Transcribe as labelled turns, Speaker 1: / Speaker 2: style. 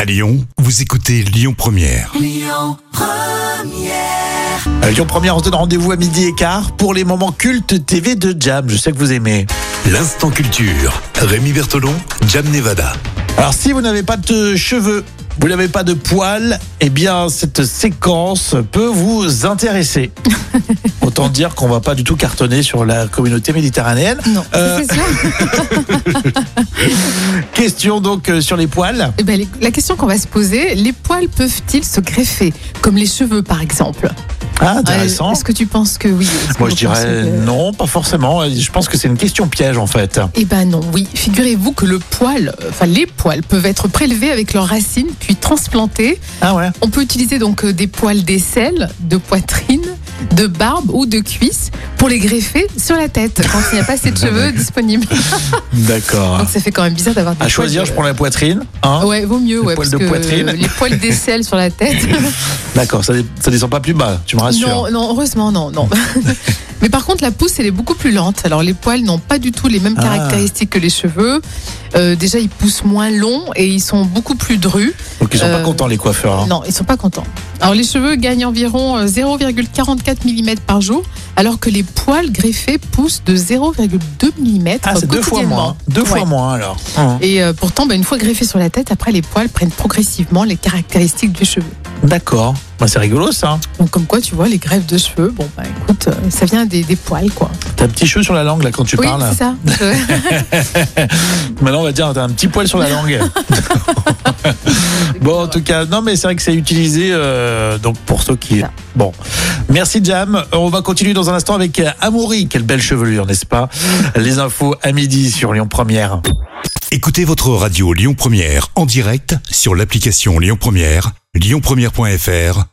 Speaker 1: À Lyon, vous écoutez Lyon Première.
Speaker 2: Euh, Lyon Première, on se donne rendez-vous à midi et quart pour les moments cultes TV de Jam. Je sais que vous aimez.
Speaker 1: L'instant culture. Rémi Bertolon, Jam Nevada.
Speaker 2: Alors, si vous n'avez pas de cheveux, vous n'avez pas de poils, eh bien, cette séquence peut vous intéresser. Autant dire qu'on va pas du tout cartonner sur la communauté méditerranéenne.
Speaker 3: Non,
Speaker 2: Euh,
Speaker 3: c'est sûr.
Speaker 2: Question donc euh, sur les poils.
Speaker 3: Eh ben, les- la question qu'on va se poser, les poils peuvent-ils se greffer Comme les cheveux, par exemple.
Speaker 2: Ah, intéressant.
Speaker 3: Euh, Est-ce que tu penses que oui Est-ce que
Speaker 2: Moi, je
Speaker 3: vous pensez
Speaker 2: dirais
Speaker 3: que-
Speaker 2: non, pas forcément. Je pense que c'est une question piège, en fait.
Speaker 3: Eh ben non, oui. Figurez-vous que le poil, euh, enfin les poils, peuvent être prélevés avec leurs racines puis transplantés.
Speaker 2: Ah ouais
Speaker 3: On peut utiliser donc euh, des poils d'aisselle, de poitrine, de barbe ou de cuisse pour les greffer sur la tête quand il n'y a pas assez de cheveux disponibles.
Speaker 2: D'accord.
Speaker 3: Donc ça fait quand même bizarre d'avoir des
Speaker 2: Ah. À choisir,
Speaker 3: poils,
Speaker 2: je prends la poitrine. hein.
Speaker 3: euh, Ouais, vaut mieux. ouais,
Speaker 2: poils de
Speaker 3: parce que
Speaker 2: poitrine.
Speaker 3: Les poils d'aisselle sur la tête.
Speaker 2: D'accord, ça, dé- ça descend pas plus bas, tu me rassures.
Speaker 3: Non, non, heureusement, non, non. Mais par contre, la pousse, elle est beaucoup plus lente. Alors, les poils n'ont pas du tout les mêmes
Speaker 2: Ah.
Speaker 3: caractéristiques que les cheveux. Euh, déjà, ils poussent moins longs et ils sont beaucoup plus drus.
Speaker 2: Donc ils sont pas
Speaker 3: Euh,
Speaker 2: contents les coiffeurs. hein.
Speaker 3: Non, ils sont pas contents. Alors, les cheveux gagnent environ euh, 0,44 mm par jour, alors que les poils greffés poussent de 0,2 mm
Speaker 2: Ah c'est deux fois moins. hein. Deux fois moins alors. Hein.
Speaker 3: Et euh, pourtant, bah, une fois greffés sur la tête, après, les poils prennent progressivement les caractéristiques du cheveu.
Speaker 2: D'accord. Bah, c'est rigolo ça.
Speaker 3: Donc, comme quoi, tu vois, les greffes de cheveux, bon, bah écoute, euh, ça vient des, des poils, quoi.
Speaker 2: T'as un petit cheveu sur la langue là quand tu
Speaker 3: oui,
Speaker 2: parles.
Speaker 3: c'est ça. Euh,
Speaker 2: Maintenant on va dire t'as un petit poil sur la langue. bon en tout cas non mais c'est vrai que c'est utilisé euh, donc pour ceux qui.
Speaker 3: Ça.
Speaker 2: Bon. Merci Jam. Euh, On va continuer dans un instant avec euh, Amaury. Quelle belle chevelure n'est-ce pas Les infos à midi sur Lyon Première.
Speaker 1: Écoutez votre radio Lyon Première en direct sur l'application Lyon Première, lyonpremière.fr